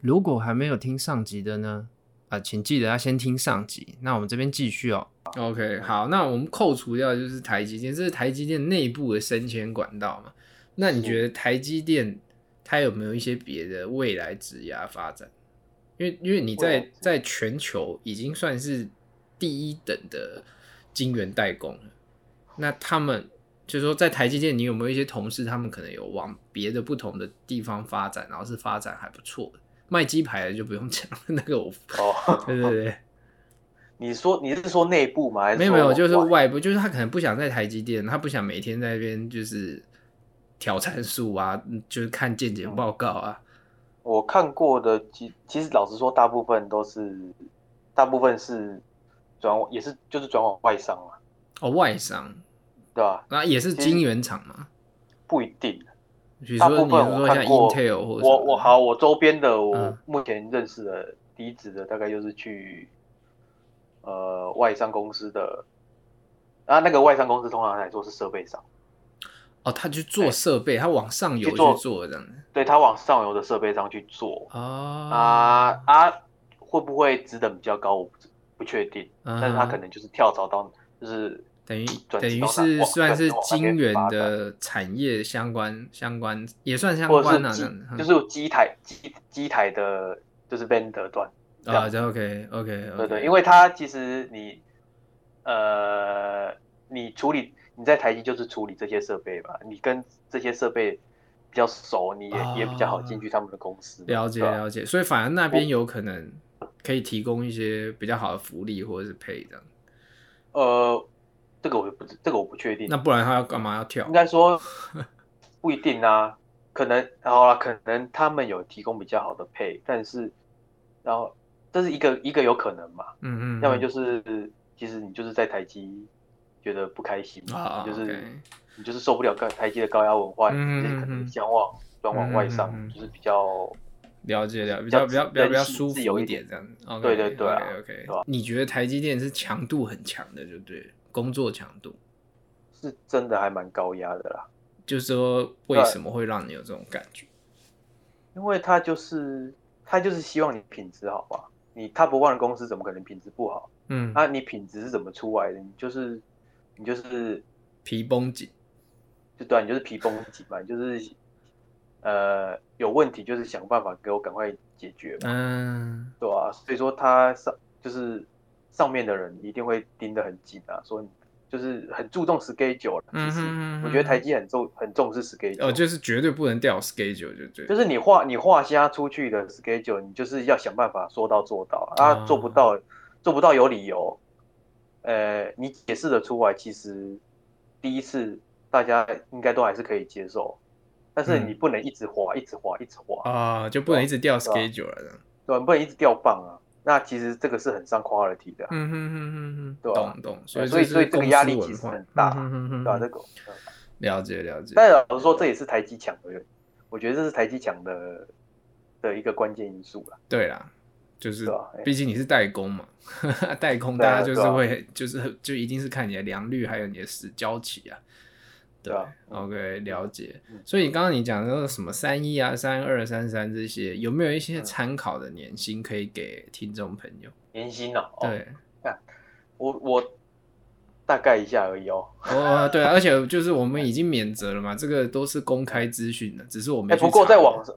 如果还没有听上集的呢，啊、请记得要先听上集。那我们这边继续哦。OK，好，那我们扣除掉就是台积电，这是台积电内部的升迁管道嘛？那你觉得台积电它有没有一些别的未来职涯发展？因为因为你未在来职在全球已经算是第一等的晶圆代工了，那他们就是说在台积电，你有没有一些同事，他们可能有往别的不同的地方发展，然后是发展还不错的？卖鸡排的就不用 讲了，那个我， 哦，对对对。你说你是说内部吗？还是没有没有，就是外外部，就是他可能不想在台积电，他不想每天在那边就是调参数啊，嗯就是看健检报告啊。我看过的，其其实老实说，大部分都是，大部分是转也是就是转往外商嘛，哦，外商，对吧？那、也是其实晶圆厂嘛。不一定。比如大说部你分说我像看过 Intel 或者什我么我好，我周边的我啊嗯目前认识的离职的大概就是去呃外商公司的，啊那个外商公司通常来说是设备商，哦，他去做设备，他往上游哎去做去做这样子。对他往上游的设备商去做哦，啊啊会不会职等比较高我不知不确定，嗯哼，但是他可能就是跳槽到就是等于转等职于到哪是往算转是职往那边晶圆发展的产业相关相关，也算相或者关啊，这是机样子。嗯就是机台机机台的，就是 vendor 端，这啊，样这 OK OK，对对，因为它其实你呃，你处理你在台积就是处理这些设备吧，你跟这些设备比较熟，你也、啊也比较好进去他们的公司嘛，了解对啊吧了解，所以反而那边有可能可以提供一些比较好的福利或者是配这样。呃，这个我就不知这个我不确定，那不然他要干嘛要跳应？该说不一定啊，可能好了，可能他们有提供比较好的配，但是然后这是一个一个有可能嘛。嗯嗯，要么就是其实你就是在台积觉得不开心，啊，你就是 OK 你就是受不了高台积的高压文化，嗯你就是可嗯嗯能向往转往外商，嗯嗯嗯就是比较了解了，比比较较比较比较比较人性舒自由服一一点点这样子。OK，对对对啊 o k OK，你觉得台积电是强度很强的，就对了，工作强度，是真的还蛮高压的啦，就是说为什么会让你有这种感觉？因为他就是他就是希望你品质好吧，你他不忘的公司怎么可能品质不好？嗯，啊，你品质是怎么出来的？你就是你就是皮绷紧，就对啊、你就是皮绷紧嘛，你就是呃有问题就是想办法给我赶快解决嘛。嗯，对啊，所以说他上就是上面的人一定会盯得很紧啊，说你就是很注重 schedule 啦嗯其哼实嗯哼我觉得台积很重很重视 schedule，、哦，就是绝对不能掉 schedule，就对了，就是你画你画虾出去的 schedule，你就是要想办法说到做到啊，啊做不到做不到有理由，呃，你解释的出来，其实第一次大家应该都还是可以接受，但是嗯你不能一直滑，一直滑，一直滑，啊，就不能一直掉对啊 schedule 了这样。对吧？你不能一直掉棒啊，那其实这个是很伤 quality 的啊、嗯哼哼哼哼，对啊懂懂，所以所以这所以是这个公司压力文其实化很大嗯哼哼对啊，哼这哼个。嗯了解了解，但老实说，这也是台积强的，我觉得这是台积强的的一个关键因素啦。对啦，就是对啊哎毕竟你是代工嘛， 代工对啊大家就是对啊会就是就一定是看你的良率还有你的死交期啊，对哦对啊嗯 o k 了解嗯。所以刚刚你讲的那个什么三一啊、三二、三三这些，有没有一些嗯参考的年薪可以给听众朋友？年薪哦，哦，对，我我大概一下而已哦。哦对啊， 而且就是我们已经免责了嘛，这个都是公开资讯的，只是我没哎，去不过查在 网上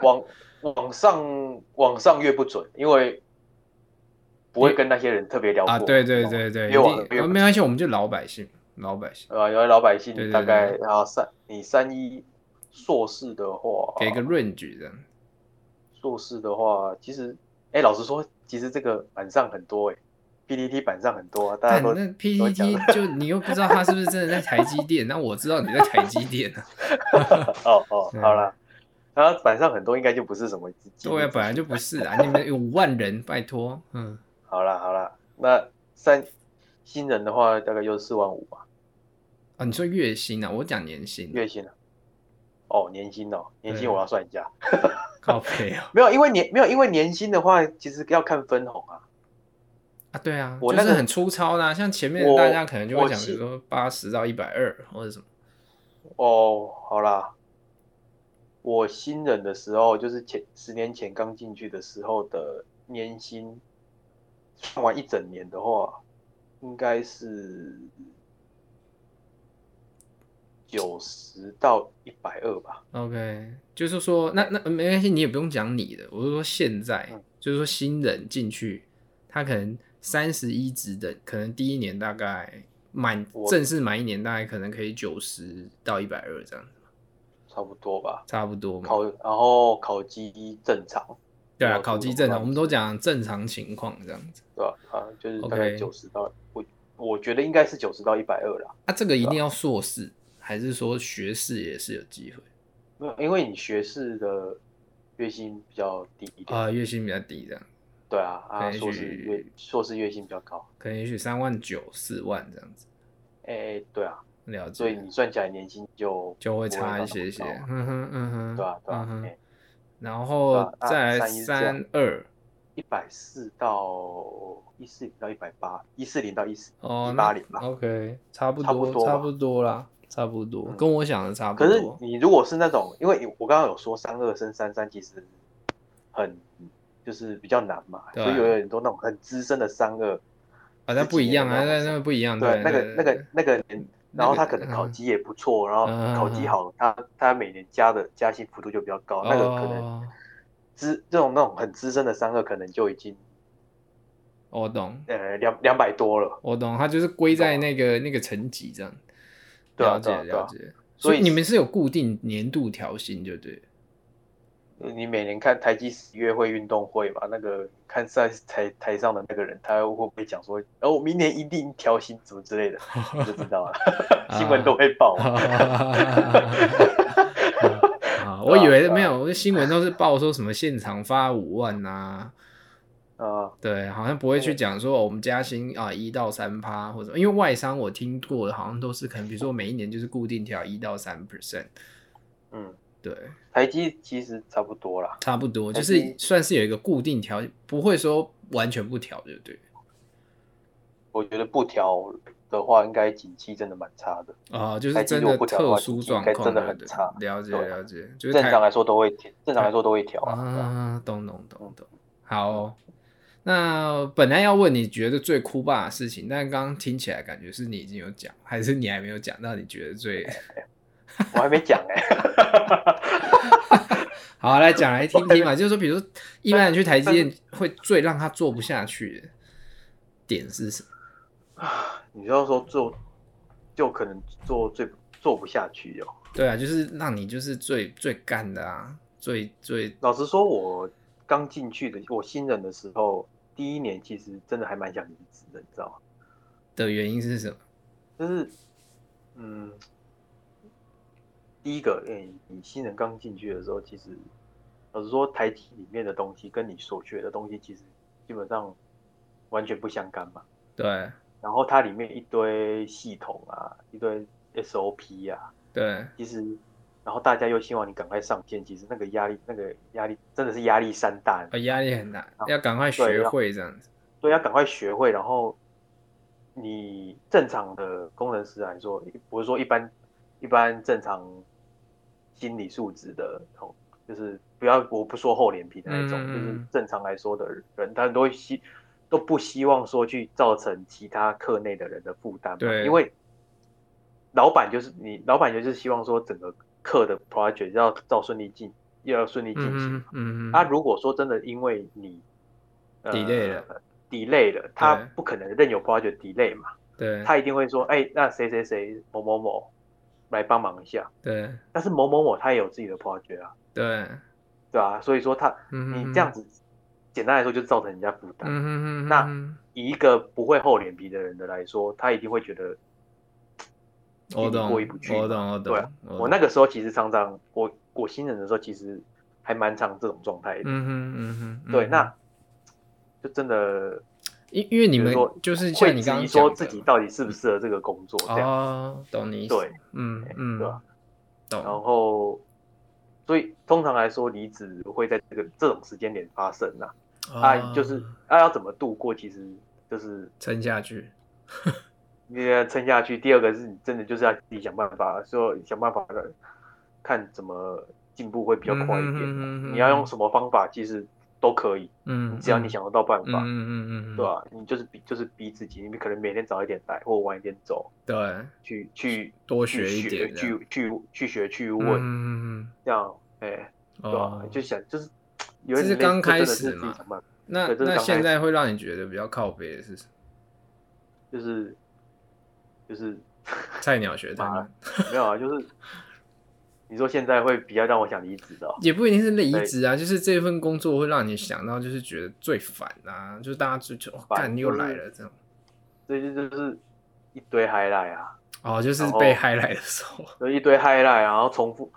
网网上网上越不准，因为不会跟那些人特别聊过啊，对对，对对，因一为我定、哦没关系，我们就老百姓，老百姓。呃，因为老百对对姓对大概啊三你三一硕士的话，给一个 range 这样。硕士的话，其实哎，老实说，其实这个板上很多哎，PPT 板上很多，啊，大家但都那都讲 PPT 就你又不知道他是不是真的在台积电，那我知道你在台积电 啊。哦哦对，好啦，然后板上很多应该就不是什么基金对啊，本来就不是啊，你们有五万人，拜托，嗯，好啦好啦，那三新人的话大概就是四万五吧，啊，你说月薪啊，我讲年薪，月薪啊。哦，年薪哦，年薪对我要算一下，靠背哦，没有，因为年没有，因为年薪的话，其实要看分红啊。啊，对啊，我就那是个很粗糙啦，像前面我大家可能就会我讲，比是如说八十到一百二或者什么，哦，好啦，我新人的时候，就是前十年前刚进去的时候的年薪，算完一整年的话，应该是九十到一百二吧。 OK，就是说，那那没关系，你也不用讲你的，我是说现在，嗯就是说新人进去，他可能三十一职等，可能第一年大概满我正式满一年，大概可能可以九十到一百二这样，差不多吧。差不多嘛。考，然后考绩正常，对啊，考考出级什么正常，样我们都讲正常情况这样子。对吧？啊，就是大概 OK 九十到我，我觉得应该是九十到一百二啦。啊，这个一定要硕士，还是说学士也是有机会？没有，因为你学士的月薪比较低一点，啊、月薪比较低这样，对啊，啊，可以硕士去月硕士月薪比较高，可能也许三万九、四万这样子，哎、对啊，了所以解，你算起来年薪就就会不到差那一么些些高啊，嗯哼嗯哼，对啊，嗯对啊哼，哎然后对啊再来啊三三一这二一百四到一四零到一百八，一四零到一四哦一，那八零吧。 OK，差不差不多多吧差不多啦，差不多，嗯跟我想的差不可是多。你如果是那种，因为我刚刚有说三二升三三其实很就是比较难嘛，对所以有很多那种很资深的三二，啊，那不一样啊，十几那年的那那个不一样，对，那个对那个那个年，然后他可能考，对级也不错，然后嗯考级好，他他每年加的加薪幅度就比较高，那个可能哦，资这种那种很资深的三二可能就已经我懂，呃两两百多了，我懂，他就是归在那个那个层级这样。对啊了解对啊对啊了解。所所以以你们是有固定年度调薪，就对了。呃你每年看台积十月会运动会嘛，那个看在台台上的那个人，他会不会讲说，哦，我明年一定调薪什么之类的， 你就知道了，新闻都会报 嘛。啊，我以为没有，我的新闻都是报说什么现场发五万呐、啊，对，好像不会去讲说、哦我们加薪啊一到三趴或者，因为外商我听过的好像都是可能，比如说每一年就是固定调一到三 percent，嗯，对，台积其实差不多啦，差不多就还是是算是有一个固定调，不会说完全不调，对不对？我觉得不调的话，应该景气真的蛮差的。啊，就是台积真如果的不调的特话殊应状该况，真的对很对差了解对了解，就是正台常来说都会，正常来说都会调啊。对啊啊，懂懂懂懂，好哦、那本来要问你觉得最哭爸的事情，但刚刚听起来感觉是你已经有讲，还是你还没有讲到你觉得最我还没讲哎、好来讲来听听 嘛？就是说，比如说一般人去台积电会最让他做不下去的点是什么？ 你要说做，就可能做最做不下去哦。对啊，就是让你就是最最干的啊，最最老实说，我刚进去的，我新人的时候，第一年其实真的还蛮想离职的，你知道吗？的原因是什么？就是，嗯，第一个，哎、你新人刚进去的时候，其实老实说，台体里面的东西跟你所学的东西，其实基本上完全不相干嘛。对然后它里面一堆系统啊，一堆 SOP 啊，对，其实，然后大家又希望你赶快上线，其实那个压力，那个压力真的是压力山大。呃，压力很大，要赶快啊对学要会这样子。对，要赶快学会。然后你正常的工程师来说，不是说一般一般正常心理素质的，哦，就是不要我不说厚脸皮的那种，嗯嗯就是嗯正常来说的人，他们都会希都不希望说去造成其他课内的人的负担嘛，对因为老板就是你，老板就是希望说整个课的 project 要照顺利进，要顺利进行。嗯嗯嗯，他啊如果说真的因为你、呃 Delay 了，delay 了，他对嗯不可能任由 project delay 嘛，对他一定会说，哎、那谁谁谁某某某来帮忙一下。对但是某某某他也有自己的 project 啊，对，对啊，所以说他嗯，你这样子，简单来说就造成人家负担。嗯，嗯嗯嗯，那嗯以一个不会厚脸皮的人的来说，他一定会觉得我心里懂，过意不去我嘛懂，我懂，对啊我我那懂，个时候其实常常，我我新人的时候其实还蛮常这种状态的。嗯哼嗯哼，对，嗯哼那就真的因因为你比如们说就是像会你质刚疑刚说讲自己的，到底适不适合这个工作这样。哦，懂你意思，对，嗯哎嗯，对吧然懂，后，所以通常来说，离职会在这个这种时间点发生呐、啊。哦就是啊，要怎么度过，其实就是撑下去，你要撑下去。第二个是你真的就是要自己想办法，说想办法看怎么进步会比较快一点嗯哼嘛。嗯哼嗯你要哼用什么方法，其实都可以，嗯，只要你想得到办嗯，法，嗯嗯嗯嗯，对啊吧、你就是逼，就是逼自己，你可能每天早一点来，或晚一点走，对，去去多去学一点，去去去学去嗯问，嗯嗯这样，哎，嗯，对吧、哦，就想就是。有点这是类似刚就真开的是始自己嘛想办法那对这是那刚现开在会让你觉得比较靠北的是什么就是就是菜鸟学妈堂，没有啊，就是你说现在会比较让我想离职的哦、也不一定是离对职啊，就是这份工作会让你想到就是觉得最烦啊，就是大家就就哦烦干又就是来了这样，最近就是一堆 highlight 啊，哦，就是然后被嗨来的时候，就一堆 highlight，然后重复。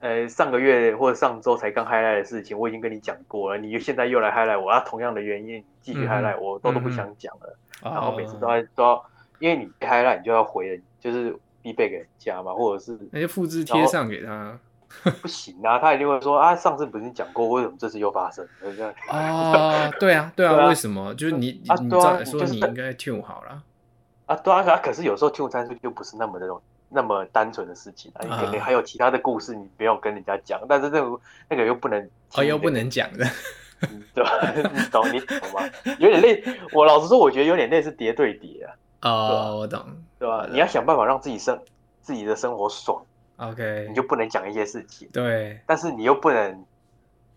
呃，上个月或者上周才刚 highlight 的事情，我已经跟你讲过了，你又现在又来 highlight 我，啊，同样的原因你继续嗯 highlight 我，都都不嗯哼想讲了。然然后每次呃都要都要，因为你 highlight 你就要回人，就是必备给人家嘛，或 者是那就复制然贴后上给他。不行啊，他一定会说啊，上次不是你讲过，为什么这次又发生了？ 这样哦，对啊，对 对啊，啊为什么？就是你，啊你对啊照你说就是你应该 tune 好 了。啊，对啊，可是有时候听我参数就不是那么那种那么单纯的事情啊，你可能啊还有其他的故事你不要跟人家讲，但是那个那个又不能哦，听又那不个能 讲的。嗯对吧？你懂 你懂吗？有点类，我老实说，我觉得有点类似叠对叠啊，哦，我懂。对好吧？的你要想办法让自己生自己的生活爽， OK，你就不能讲一些事情，对但是你又不能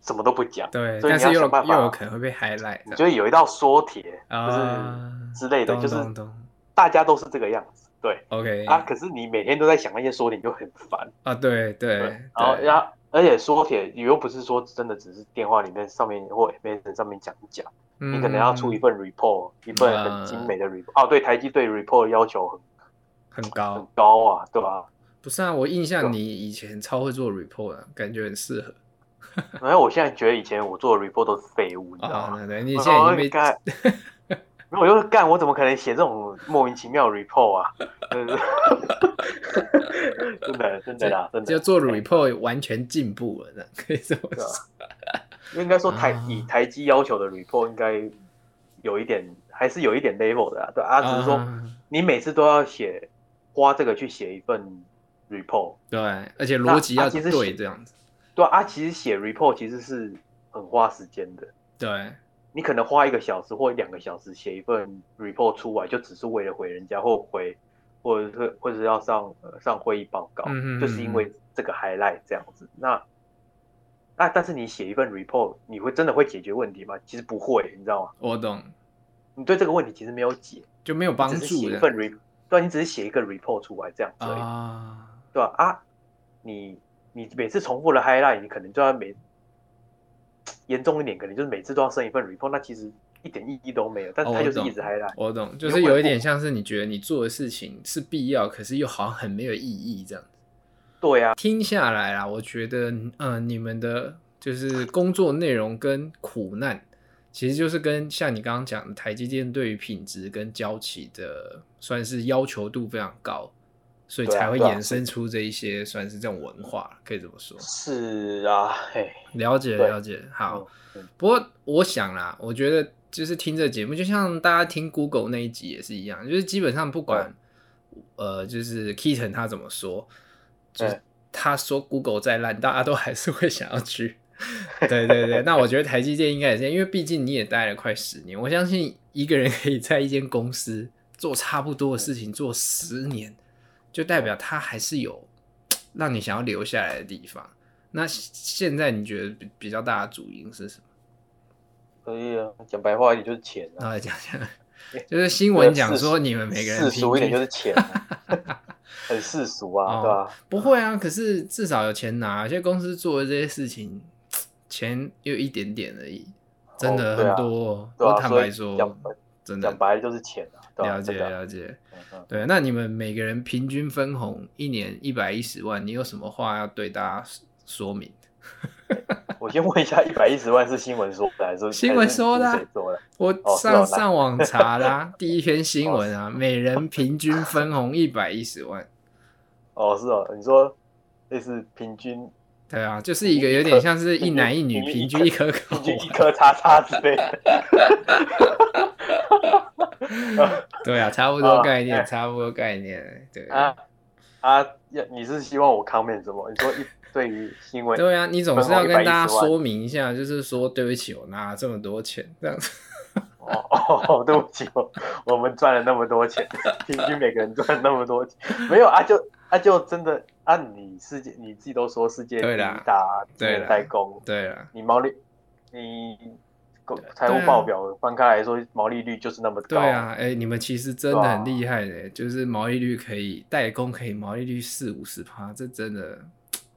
什么都不讲，对，所以但你要是又想办又法有可能会被 highlight 你的就会有一道缩帖啊之类的，懂就是懂懂大家都是这个样子，对，OK 啊。可是你每天都在想那些缩帖，你就很烦。啊，对对对，对然，后然后而且说帖你又不是说真的只是电话里面上面或 MSN 上面讲一讲，你你可能要出一嗯份 report，、一份很精美的啊 report。哦，对，台积对 report 要求很很很高。高啊，对吧？ 不是啊，我印对象啊你以前超会做 report 的，感觉很适合然后我现在觉得以前我做的 report 都是废物，你知道啊。吗？对对，你我现在已说经被 哦干，没有，我就是干，我怎么可能写这种莫名其妙的 report 啊？ 真的是真的真的啦，真的哎就做 report 完全进步了，这样可以这么对啊说。应该说台啊以台积要求的 report 应该有一点，还是有一点 level 的啊，对啊，只是说啊你每次都要写花这个去写一份 report，对，而且逻辑那要啊其实对，写这样子。对啊啊，其实写 report 其实是很花时间的，对，你可能花一个小时或两个小时写一份 report 出来，就只是为了回人家或回，或者是或者是要上、呃上会议报告，嗯哼就是因为这个 highlight 这样子。那那但是你写一份 report，你会真的会解决问题吗？其实不会，你知道吗？我懂，你对这个问题其实没有解，就没有帮你只是助写一的份 re，对啊，你只是写一个 report 出来这样子而已。啊。对吧、啊？你你每次重复的 highlight，你可能就要每严重一点，可能就是每次都要生一份 report，那其实一点意义都没有，但是哦他我就是懂一直 highlight，、我懂，就就是是有有一一点点像是你觉得你做的事情是必要，可是又好像很没有意义这样。对啊，听下来啦，我觉得，嗯、呃，你们的就是工作内容跟苦难，其实就是跟像你刚刚讲的，台积电对于品质跟交期的算是要求度非常高，所以对啊才会对啊衍生出这一些算是这种文化，可以这么说。是啊，嘿，了解对了解，好嗯嗯。不过我想啦，我觉得就是听这节目，就像大家听 Google 那一集也是一样，就是基本上不管呃，就是 Keaton 他怎么说，就是对他说 Google 再烂，大家都还是会想要 去。对对对，那我觉得台积电应该也是，因为毕竟你也待了快十年，我相信一个人可以在一间公司做差不多的事情做十年，就代表他还是有让你想要留下来的地方。那现在你觉得比比较大的主因是什么？所以啊讲白话一点就是钱然啊，后来讲讲，就是新闻讲说世你们嗯每个人世平俗一点就均是钱、啊， 很世俗啊，哦对吧、不会啊，可是至少有钱拿。有些公司做的这些事情，钱又一点点而已，真的哦对很啊多哦。对啊我坦白说所以讲白，真的讲白了就是钱啊，对吧、了解真的啊了解。嗯嗯对，那你们每个人平均分红一年一百一十万，你有什么话要对大家说明？我先问一下，一百一十万是新闻说的还是新闻说的啊还是你自己说的？我哦是上哦来上网查啦、 第一篇新闻啊，每人平均分红一百一十万。哦，是哦，你说类似平均对啊，就是一个有点像是一男一女平平均均一颗口平均一啊。颗叉叉之类的。 对啊，差不多啊概念，哎差不多概念。对啊啊啊，要你是希望我 comment 什么？你说一对于新闻，对啊，你总是要跟大家分红110万说明一下，就是说对不起，我拿了这么多钱这样子。 哦哦，对不起，我我们赚了那么多钱，平均每个人赚那么多钱，没有啊就啊就真的啊你世界你自己都说世界第对一啦大对啦代工，对啊，你毛利你公财务报表翻开来说毛利率就是那么对高，啊，哎、你们其实真的啊很厉害的，就是毛利率可以代工可以毛利率四五十趴，这真的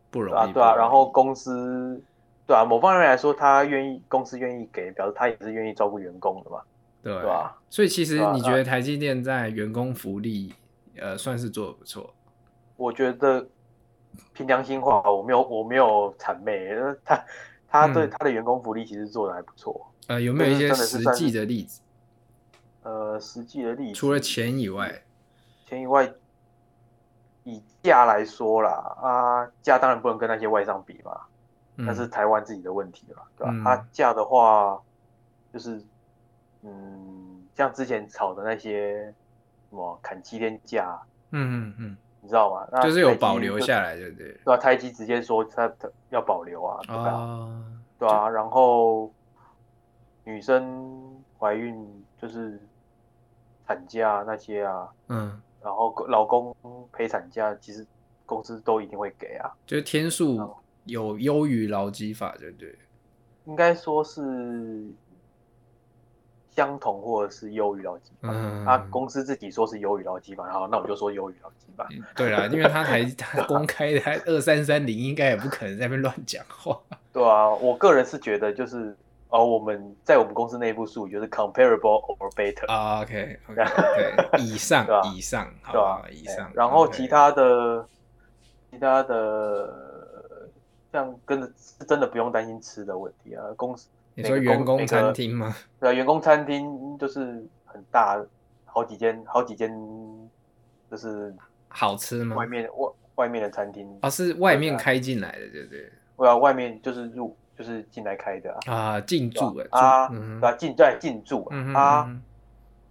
不容对易。啊不对容啊，易然后公司对啊某方面来说他愿意公司愿意给，表示他也是愿意照顾员工的嘛，对对吧？所以其实对啊你觉得台积电在员工福利，呃，算是做的不错。我觉得凭良心话，我没有我没有谄媚，呃他他对嗯他的员工福利其实做的还不错。呃，有没有一些但是实真的是际的例子？呃，实际的例子，除了钱以外，钱以外，以价来说啦，啊，价当然不能跟那些外商比嘛，嗯那是台湾自己的问题了，对吧？嗯它价的话，就是，嗯，像之前炒的那些什么砍七天假，嗯嗯你知道吗？那嗯，就是有台积保留啊就下来，对不对？对啊，台积直接说他他要保留啊，对吧？哦，对啊，然后女生怀孕就是产假那些啊，嗯，然后老公陪产假，其实公司都一定会给啊。就是天数有优于劳基法，对不对？应该说是相同或者是优于劳基法。嗯，啊，公司自己说是优于劳基法，好，那我就说优于劳基法。嗯对啦，因为他台他公开的二三三零，应该也不可能在那边乱讲话。对啊，我个人是觉得就是，哦，我们在我们公司内部术语就是 comparable or better，、啊，OK OK，对，以上 对啊以上，好对不吧好？？以上哎，然后 OK 其他的，其他的，像跟着是真的不用担心吃的问题啊。公司你说每个员公工每餐个厅吗？对啊，员工餐厅就是很大，好几间，好几间，就是好吃吗外？面外外面的餐厅哦，，是外面对啊开进来的，对不对？对啊，外面就是入就是进来开的啊，啊，进驻对了啊，住嗯对啊，进在进驻嗯哼啊，嗯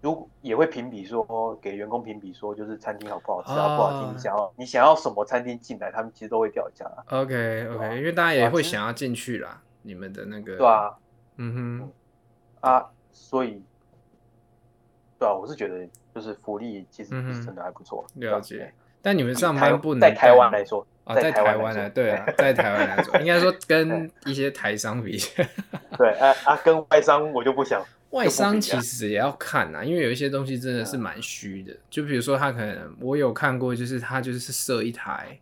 如果也会评比说给员工评比说就是餐厅好不好吃啊，哦不好听，你想要你想要什么餐厅进来，他们其实都会调一下啊，哼 OK 对啊 OK，因为大家也对啊会其实想要进去啦，你们的那个对啊嗯啊，所以对啊，我是觉得就是福利其实嗯哼是真的还不错，对吧了解。但你们上台班不能在台湾带来说，啊，在在台湾台湾来来说对啊，在台湾来 说，应该说跟一些台商比起来，对啊啊，跟外商我就不 想，外就不比商啊啊其实也要看呐、因为有一些东西真的是蛮虚的。就比如说，他可能我有看过，就是他就是设一台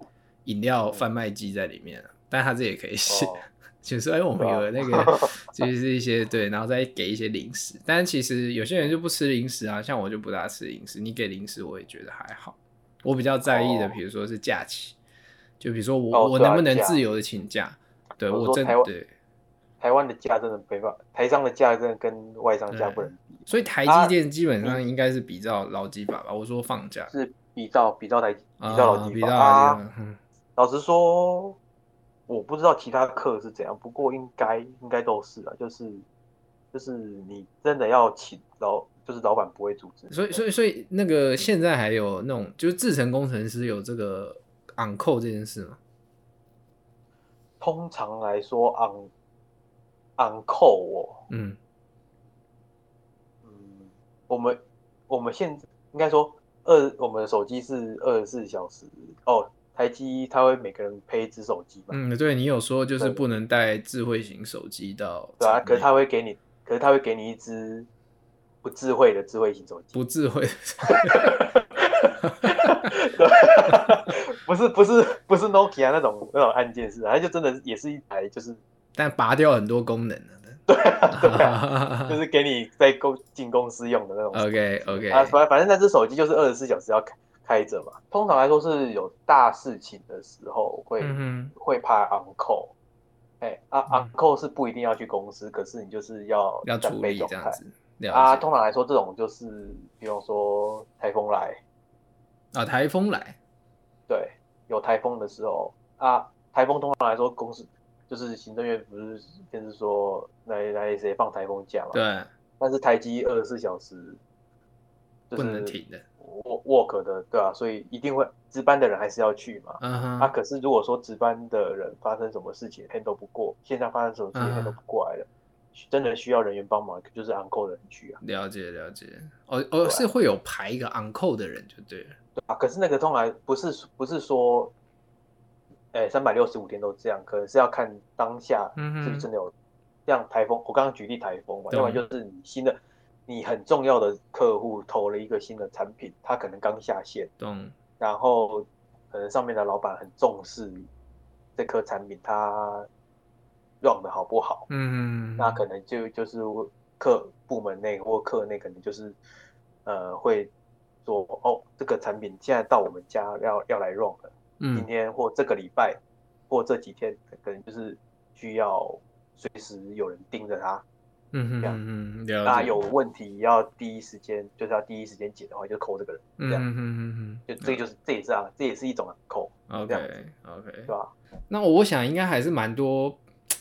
饮料贩卖机在里面，啊但他这也可以写，哦就是哎，我们有那 个就是一些对，然后再给一些零食。但其实有些人就不吃零食啊，像我就不大吃零食。你给零食我也觉得还好，我比较在意的，哦比如说是假期，就比如说我、哦我对啊能不能假自由的请假，对我我说真台湾对。台湾的价真的没办法，台商的价真的跟外商价对不能比，所以台啊积电基本嗯上应该是比照劳基法吧？我说放假，是比较比较台比啊，较老比地较方老啊。地方，老实说，我不知道其他课是怎样，不过应该应该都是啊，就是就是你真的要请老，就是老板不会阻止嗯你，所以所以所以那个现在还有那种就是制程工程师有这个 on call 这件事吗？通常来说，on on call 哦，嗯，嗯，我们我们现应该说二，我们的手机是二十四小时哦，台积它会每个人配一只手机嘛，嗯，对你有说就是对不能带智慧型手机到对厂啊，内可是它会给你，可是它会给你一只不智慧的智慧型手机，不智慧， 不是不是不是 Nokia 那种那种按键式啊，它就真的也是一台就是 但拔掉很多功能了。对 啊就是给你在公进公司用的那种 OK OK，啊，反反正那只手机就是二十四小时要开开着嘛。通常来说是有大事情的时候会、嗯会拍 on call，哎、啊嗯 on call 是不一定要去公司，可是你就是要哼，要战处备理状这样态子，了啊。解通常来说，这种就是比方说台风来，啊，台风来，对，有台风的时候啊，台风通常来说公司。就是行政院不是就是说来来谁放台风假嘛？。对，啊但是台积二十四小时、就不是、能停的，我 work 的，对啊，所以一定会值班的人还是要去嘛。嗯啊，哼，可是如果说值班的人发生什么事情 handle 不过，现在发生什么事情嗯 handle 不过来了，真的需要人员帮忙，就是 uncle 人去啊。了解了解。哦啊哦，是会有排一个 on call 的人就对了。对啊，可是那个通常不是不是说，哎，三百六十五天都这样，可能是要看当下嗯哼是不是真的有像台风，我刚刚举例台风嘛，懂要不然就是你新的。你很重要的客户投了一个新的产品，他可能刚下线，懂，然后可能上面的老板很重视这颗产品它 run 的好不好，嗯，那可能就就是课部门内或课内可能就是呃会说哦，这个产品现在到我们家要要来 run 了，今嗯天或这个礼拜或这几天可能就是需要随时有人盯着它，嗯哼这样嗯嗯，了解。那有问题要第一时间就是要第一时间解的话，就扣这个人，嗯这样哼嗯就这个就是这也是啊，这也是一种扣，哼这样，OK OK 对。吧？那我想应该还是蛮多，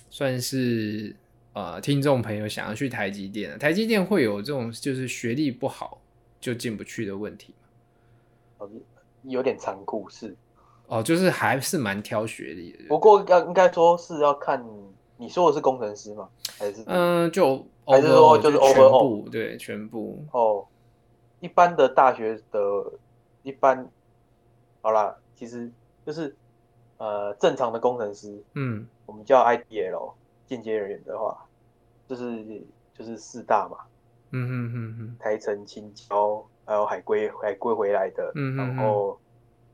算是呃听众朋友想要去台积电的。台积电会有这种就是学历不好就进不去的问题吗有点残酷是，哦，就是还是蛮挑学历的。不过要应该说是要看你说的是工程师吗？还是嗯，就还是说 overall，就是全 overall 部对全部哦，一般的大学的，一般，好啦，其实就是呃，正常的工程师，嗯我们叫 IDL 进阶人员的话，就是就是四大嘛，嗯哼哼哼台城、青椒，还有海归海归回来的，嗯哼然哼后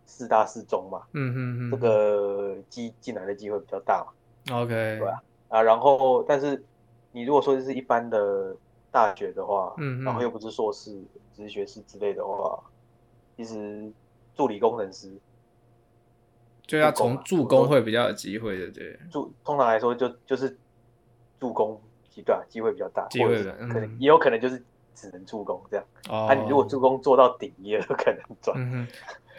四大四中嘛，嗯哼哼，这个机进来的机会比较大嘛。 OK 对啊啊，然后但是你如果说是一般的大学的话，嗯嗯然后又不是硕士、只是学士之类的话，其实助理工程师就要助攻从啊助我攻都会比较有机会的，对，助通常来说就就是助攻机对啊，机会比较大，机会或者是比较可能、嗯也有可能就是只能助攻这样。哦，啊，你如果助攻做到顶，也有可能转。嗯哼，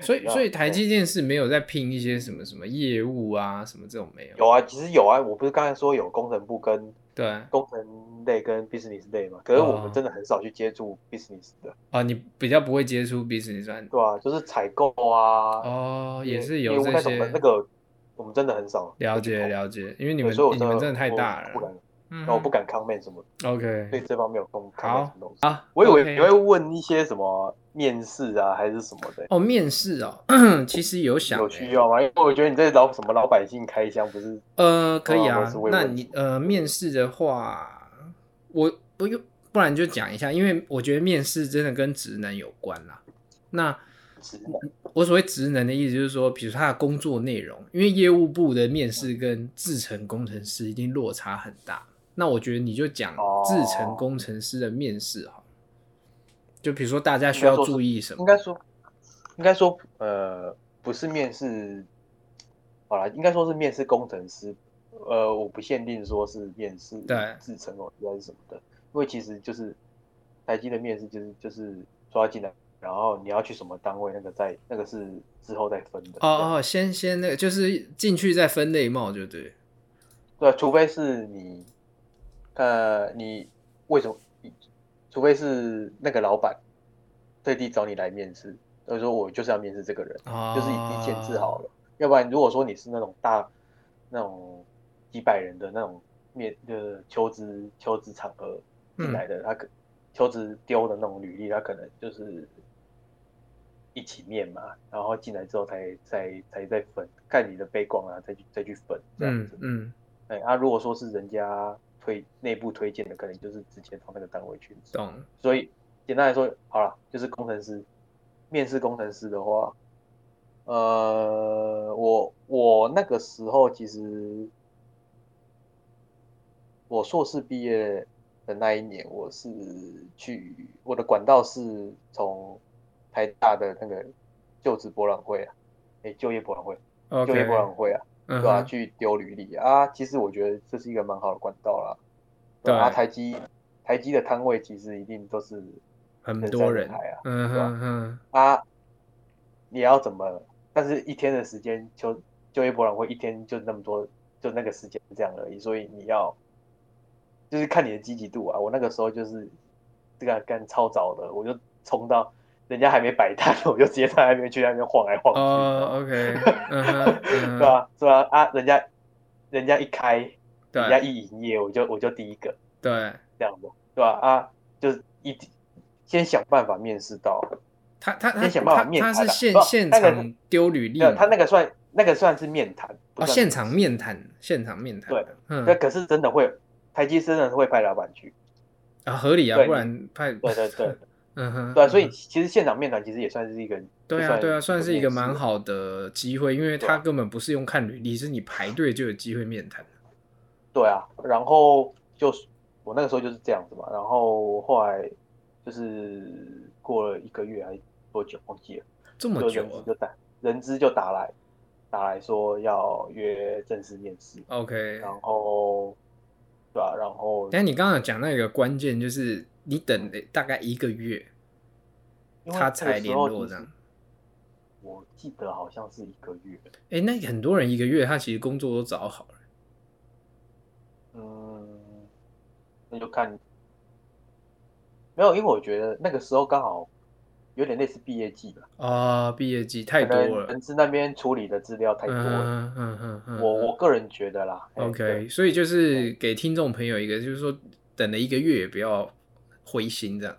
所以对啊所以台积电是没有在拼一些什么什么业务啊，什么这种没有， 有啊，其实有啊，我不是刚才说有工程部跟对啊工程类跟 business 类嘛，可是我哦们真的很少去接触 business 的，啊，你比较不会接触 business 算对吧、就是采购啊，哦，也业是业有务这那种些的那个，我们真的很少了会去解碰了解，因为你对们所以我你真们的真的太大了我不敢，，嗯那我不敢 comment 什么，哼对，OK 这方面有 comment 好什么东西。啊，我以为 OK 你会问一些什么面试啊，还是什么的，哦面试哦， 其实有想有欸需要吗？因为我觉得你这老什么老百姓开箱不是呃，可以啊我啊是。为那问你呃，面试的话，我不用，不然就讲一下，因为我觉得面试真的跟职能有关啦。那直男我所谓职能的意思就是说，比如说他的工作内容，因为业务部的面试嗯跟制程工程师一定落差很大。那我觉得你就讲哦制程工程师的面试哈，就比如说大家需应该要说是注意什么应？该说，应该说，呃，不是面试，好啦，应该说是面试工程师。呃，我不限定说是面试对制成哦，还是什么的，因为其实就是台积的面试就是就是抓进来，然后你要去什么单位，那个在那个是之后再分的。哦哦，先先那个就是进去再分类貌，就对。对，啊除非是你，呃，你为什么？除非是那个老板特地找你来面试，他说我就是要面试这个人。哦，嗯就是已经限制好了。要不然，如果说你是那种大那种几百人的那种面呃求职求职场合进来的，他可求职丢的那种履历，他可能就是一起面嘛，然后进来之后才才才再分，看你的背光啊，再去再去分这样嗯子。嗯，哎，啊，如果说是人家推内部推荐的，可能就是直接到那个单位去。懂。所以简单来说，好了，就是工程师，面试工程师的话，呃，我我那个时候其实我硕士毕业的那一年，我是去我的管道是从台大的那个就职博览会啊，诶，就业博览会， OK，就业博览会啊，嗯对吧、哼去丢履历啊，其实我觉得这是一个蛮好的管道啦。对啊，台积台积的摊位其实一定都是很多人人山人海啊，嗯对吧哼哼，啊，你要怎么？但是一天的时间，就就业博览会一天就那么多，就那个时间这样而已，所以你要就是看你的积极度啊。我那个时候就是这个干超早的，我就冲到人家还没摆摊， 我就直接在那边去那边晃来晃去，哦，OK，嗯 哼，嗯对哼吧？是吧？啊，人家人家一开，人家对一营业，我就我就第一个对，这样子，对吧？啊，就是一先想办法面试到，他他他先想办法他面他是谈啦现不现那个场丢履历没有嘛，他那个算那个算是面谈，不哦算现面场试面谈，现场面谈对的，嗯对，，可是真的会，台积真的会派老板去。啊合理啊，对不然派，对对对嗯哼，对啊，所以嗯其实现场面谈其实也算是一个，对也啊对啊，算是一个面试蛮好的机会，因为对他啊根本不是用看履历，是你排队就有机会面谈。对啊，然后就是我那个时候就是这样子嘛，然后后来就是过了一个月还是多久忘记了，这么就久人资就打人资就打来打来说要约正式面试，啊，OK，然后对啊，然后但你刚刚有讲到一个关键，就是你等了大概一个月，因为他那才个时联候络其这实样。我记得好像是一个月，哎、那很多人一个月他其实工作都找好了，嗯，那就看，没有，因为我觉得那个时候刚好有点类似毕业季吧，啊、毕业季太可多能了，人资那边处理的资料太多了。嗯嗯嗯嗯，我我个人觉得啦嘿 OK，哎对哎所以就是给听众朋友一个，就是说等了一个月也不要灰心这样，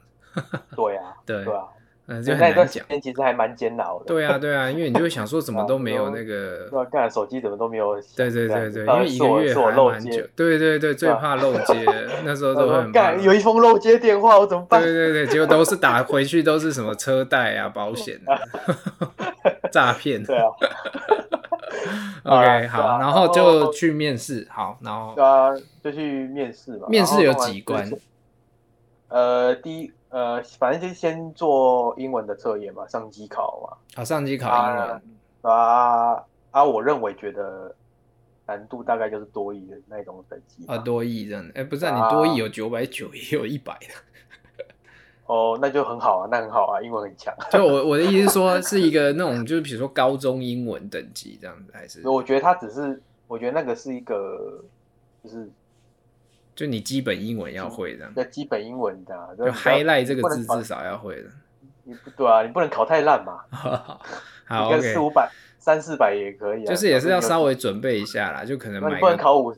对啊，对对啊，嗯，所这很以那一难段时讲。间其实还蛮煎熬的。对啊，对啊，因为你就会想说怎么都没有那个不知，道看手机怎么都没有响。对对这对样子对，到因为一底是我个月是哦我还漏蛮接久，，对对对，最对啊怕漏接，那 时候都会我很怕干有一封漏接电话，我怎么办？对对对，结果都是打回去都是什么车贷啊、保险 啊、诈骗。嗯对啊， OK，啊对好，啊然后然就后去面试，好，然后对啊，就去面试嘛。面试有然后弄完几关之前？呃，第一呃，反正就是先做英文的测验嘛，上机考嘛。好上机考英文啊，啊啊！我认为觉得难度大概就是多一的那种等级吧啊，多亿这样的，哎，不是啊，啊你多亿有九百九，也有一百的。哦，那就很好啊，那很好啊，英文很强。就我我的意思是说，是一个那种就是比如说高中英文等级这样子，还是我觉得他只是，我觉得那个是一个，就是就你基本英文要会这样比，较基本英文的、啊，就就是比较 highlight 这你个不能字考至少要会的。 你不对啊，你不能考太烂嘛，好你看，OK，四五百、三四百也可以啊，就是也是要稍微，微准备一下啦，就可能那你买不能个，考五，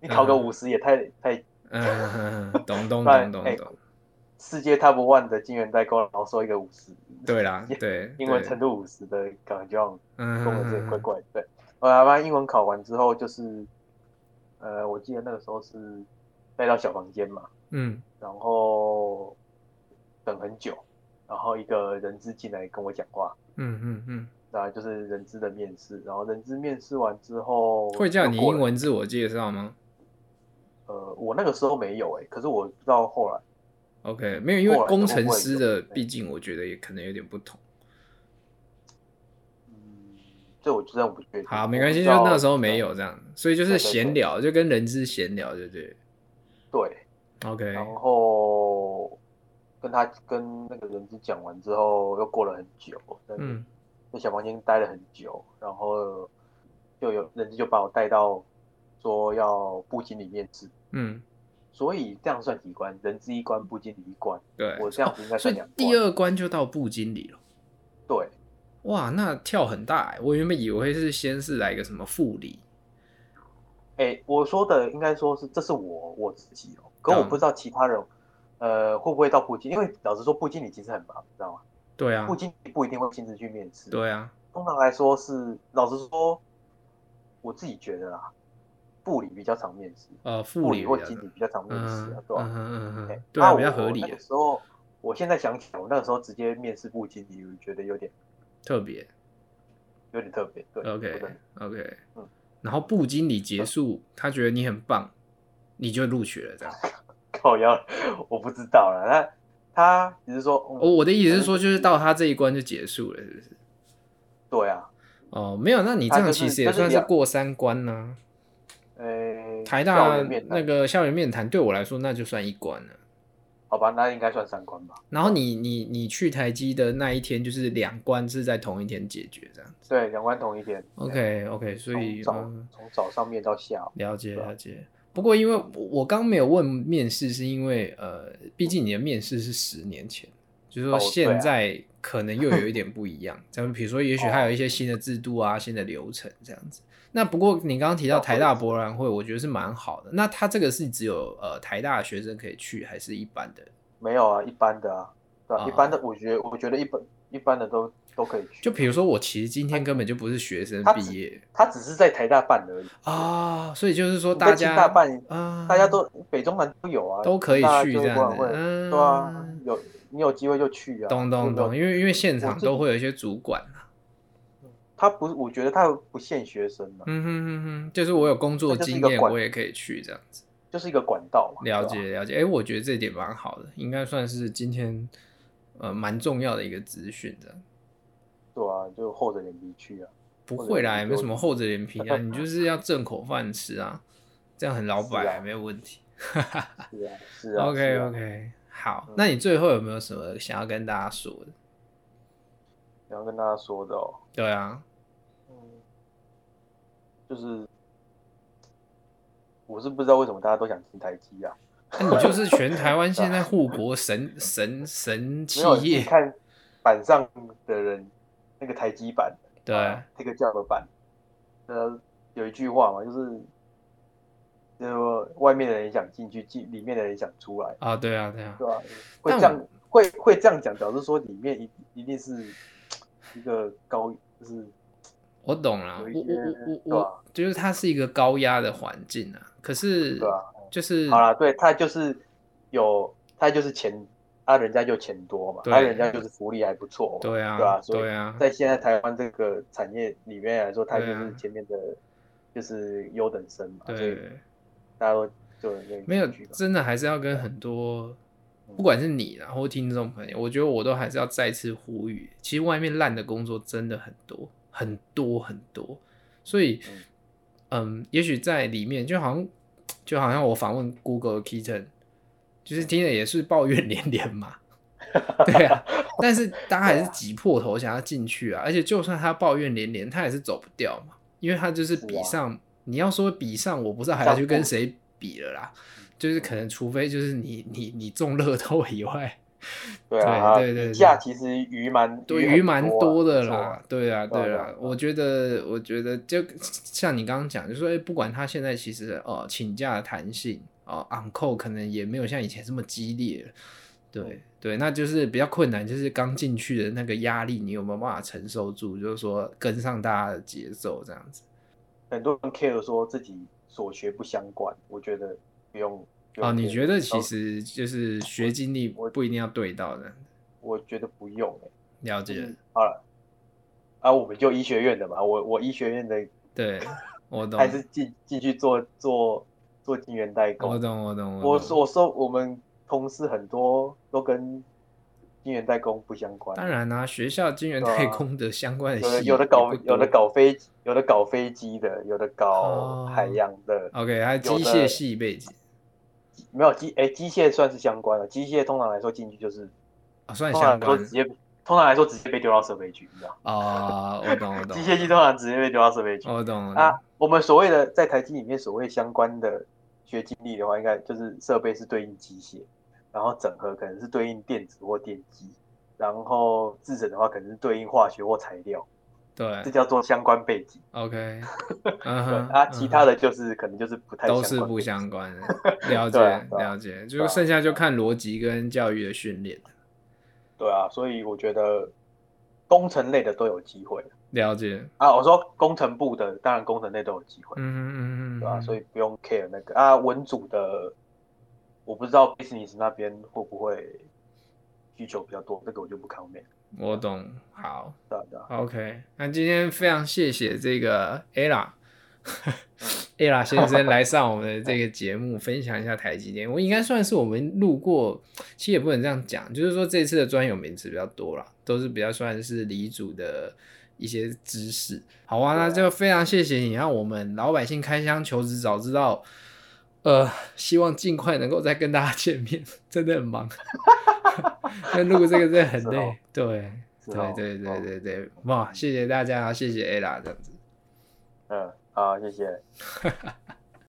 你考个嗯五十也太太嗯，懂懂那懂懂 哎懂，世界 top one 的金元代工，然后说一个五十，对啦，对，英文对程度五十的，感觉好像嗯，中文这也怪怪的。对，我阿妈英文考完之后，就是，呃，我记得那个时候是带到小房间嘛，嗯，然后等很久，然后一个人资进来跟我讲话，嗯嗯嗯然后就是人资的面试，然后人资面试完之后嗯，会叫你就过了英，文自我介绍吗呃，我那个时候没有哎、可是我不知道后来， ？OK，没有，因为过来工程师都会的，有对毕竟我觉得也可能有点不同。嗯，这我就真的不确定。好，没关系，我就哦不知道哦那时候没有。这样，所以就是对对对闲聊，就跟人资闲聊，对不对对， ？OK，然后跟他跟那个人资讲完之后，又过了很久，但是嗯在小房间待了很久，然后就有人就把我带到说要部经理面试，嗯，所以这样算几关？人资一关，部经理一关，对，哦我这样子应该所算以两关。第二关就到部经理了。对，哇，那跳很大哎！我原本以为是先是来个什么副理，哎，我说的应该说是这是我我自己哦，可我嗯不知道其他人。呃，会不会到部经理？因为老实说，部经理其实很忙，你知道吗？对啊部，经理不一定会亲自去面试。对啊，通常来说是，老实说，我自己觉得啦，部里比较常面试，呃，部副理或比较经理多比较常面试嗯啊嗯，对吧、嗯嗯对嗯，对啊，那比较我合理那个的，时候，我现在想起来，我那个时候直接面试部经理，我觉得有点特别有点特别，对 OK 我真的 OK 嗯。然后部经理结束，他觉得你很棒，你就录取了这 样。靠腰，我不知道了。那他只是说，嗯哦，我的意思是说，就是到他这一关就结束了，是不是？对啊，哦，没有，那你这样他就是其实也就是算是两过三关呢、呃，台校大园面谈那个校园面谈对我来说，那就算一关了。好吧，那应该算三关吧？然后你你你去台积的那一天，就是两关是在同一天解决这样子。对，两关同一天。 OK OK，所以从早嗯从早上面到下午，了解对啊了解。不过因为我我刚没有问面试，是因为呃，毕竟你的面试是十年前，就是说哦现对啊在可能又有一点不一 样，咱们比如说，也许还有一些新的制度哦啊、新的流程这样子。那不过你刚刚提到台大博览会，我觉得是蛮好的。那它这个是只有呃台大的学生可以去，还是一般的？没有啊，一般的啊，对啊，啊一般的，我觉得我觉得一般一般的都都可以去。就比如说，我其实今天根本就不是学生它只毕业他只是在台大办而已，啊，所以就是说跟大清家大办啊，大家都北中南都有啊，都可以大家去就这会样博览子会，嗯对啊，有你有机会就去啊。懂懂对不懂，对。因为因为现场我自都会有一些主管啊他不，我觉得他不限学生啊嘛，嗯哼哼哼，就是我有工作这就是经一个验，管我也可以去这样子。就是一个管道嘛。了对吧。解了解，哎、我觉得这点蛮好的，应该算是今天呃蛮重要的一个资讯的。对啊，就厚着脸皮去啊。不会啦，或者也没什么厚着脸皮 啊，你就是要挣口饭吃啊，这样很老板、是啊没有问题。是啊，是啊。是 OK 啊 OK，好，嗯那你最后有没有什么想要跟大家说的？然后跟大家说的哦，对 啊，嗯，就是我是不知道为什么大家都想听台积啊，那你就是全台湾现在护国神神神企没有你业，看板上的人那个台积版，对，啊这个叫的版，呃，有一句话嘛，就是。就外面的人想进去，进里面的人想出来，啊，对啊，对啊，对吧、会但这我样，会会这样讲，表示说里面一一定是一个高，就是我懂了有，一我些我我对啊我，就是它是一个高压的环境啊，可是对啊就是好啦，对他就是有，他就是钱，他、人家就钱多嘛，对他、人家就是福利还不错嘛，对对啊啊，所以对啊，在现在台湾这个产业里面来说，他就对啊是前面的，就是优等生嘛，所以对，大家都就愿意没有进去嘛真的还是要跟很多，嗯不管是你啦或听众朋友，我觉得我都还是要再次呼吁，其实外面烂的工作真的很多很多很多，所以嗯，也许在里面就好像就好像我访问 Google 的 Kitten，就是听了也是抱怨连连嘛。对啊，但是大家还是挤破头想要进去啊，而且就算他抱怨连连，他也是走不掉嘛，因为他就是是啊比上，你要说比上，我不知道还要去跟谁比了啦，就是嗯可能除非就是你你你中乐透以 外，对啊，对对对对底价其实鱼蛮对鱼鱼很蛮多多啊的没错啦啊，对啊，对啊对对啊啊，我觉得，我觉得就像你刚刚讲，就说、哎，不管他现在其实呃请假的弹性啊、呃、，uncle 可能也没有像以前这么激烈了，哦对对，那就是比较困难，就是刚进去的那个压力，你有没有办法承受住？就是说跟上大家的节奏这样子很多人 care 说自己所学不相关，我觉得不用。不用啊、你 care 觉得其然后实就是学经历我不一定要对到的，我觉得不用、欸，了就解是？好了，啊，我们就医学院的嘛，我我医学院的 对，我懂还，是进进去做做做金源代我工。懂，我懂，懂我说我说我们同事很多都跟金源代工不相关，当然啦、学校金源对啊太空的相关的有的系有的搞也不多有的搞飞有的搞飞机的，有的搞哦海洋的， OK，还有机有的械系背景没有机哎机械算是相关的，机械通常来说进去就是啊、算通常相来说关直接通常来说直接被丢到设备局，你知道吗，啊、我懂我懂机，械系通常直接被丢到设备局。我懂啊，我们所谓的在台积里面所谓相关的学经历的话，应该就是设备是对应机械，然后整合可能是对应电子或电机，然后制程的话可能是对应化学或材料，这对叫做相关背景。 ，OK，嗯对哼，啊，其他的的就是可能就是不太都是相关不背景相关 的，了解对啊对啊啊了解，就剩下就看逻辑跟教育的训练，对啊，所以我觉得工程类的都有机会了解，啊。我说工程部的，当然工程类都有机会。嗯嗯嗯，对啊，所以以不用 care 那个啊，文组的，我不知道 business 那边会不会需求比较多，这个我就不 comment。我懂，好对啊，对啊， ，OK，那今天非常谢谢这个 Ella。Ella 先生来上我们的这个节目，分享一下台积电。我应该算是我们路过，其实也不能这样讲，就是说这次的专有名词比较多啦，都是比较算是李主的一些知识。好啊，那就非常谢谢你，让我们老百姓开箱求职早知道。呃，希望尽快能够再跟大家见面，真的很忙， 那录这个真的很是哦累。对，是对哦对对哦对对，哇，谢谢大家，谢谢 Ella 这样子。嗯，好，谢谢。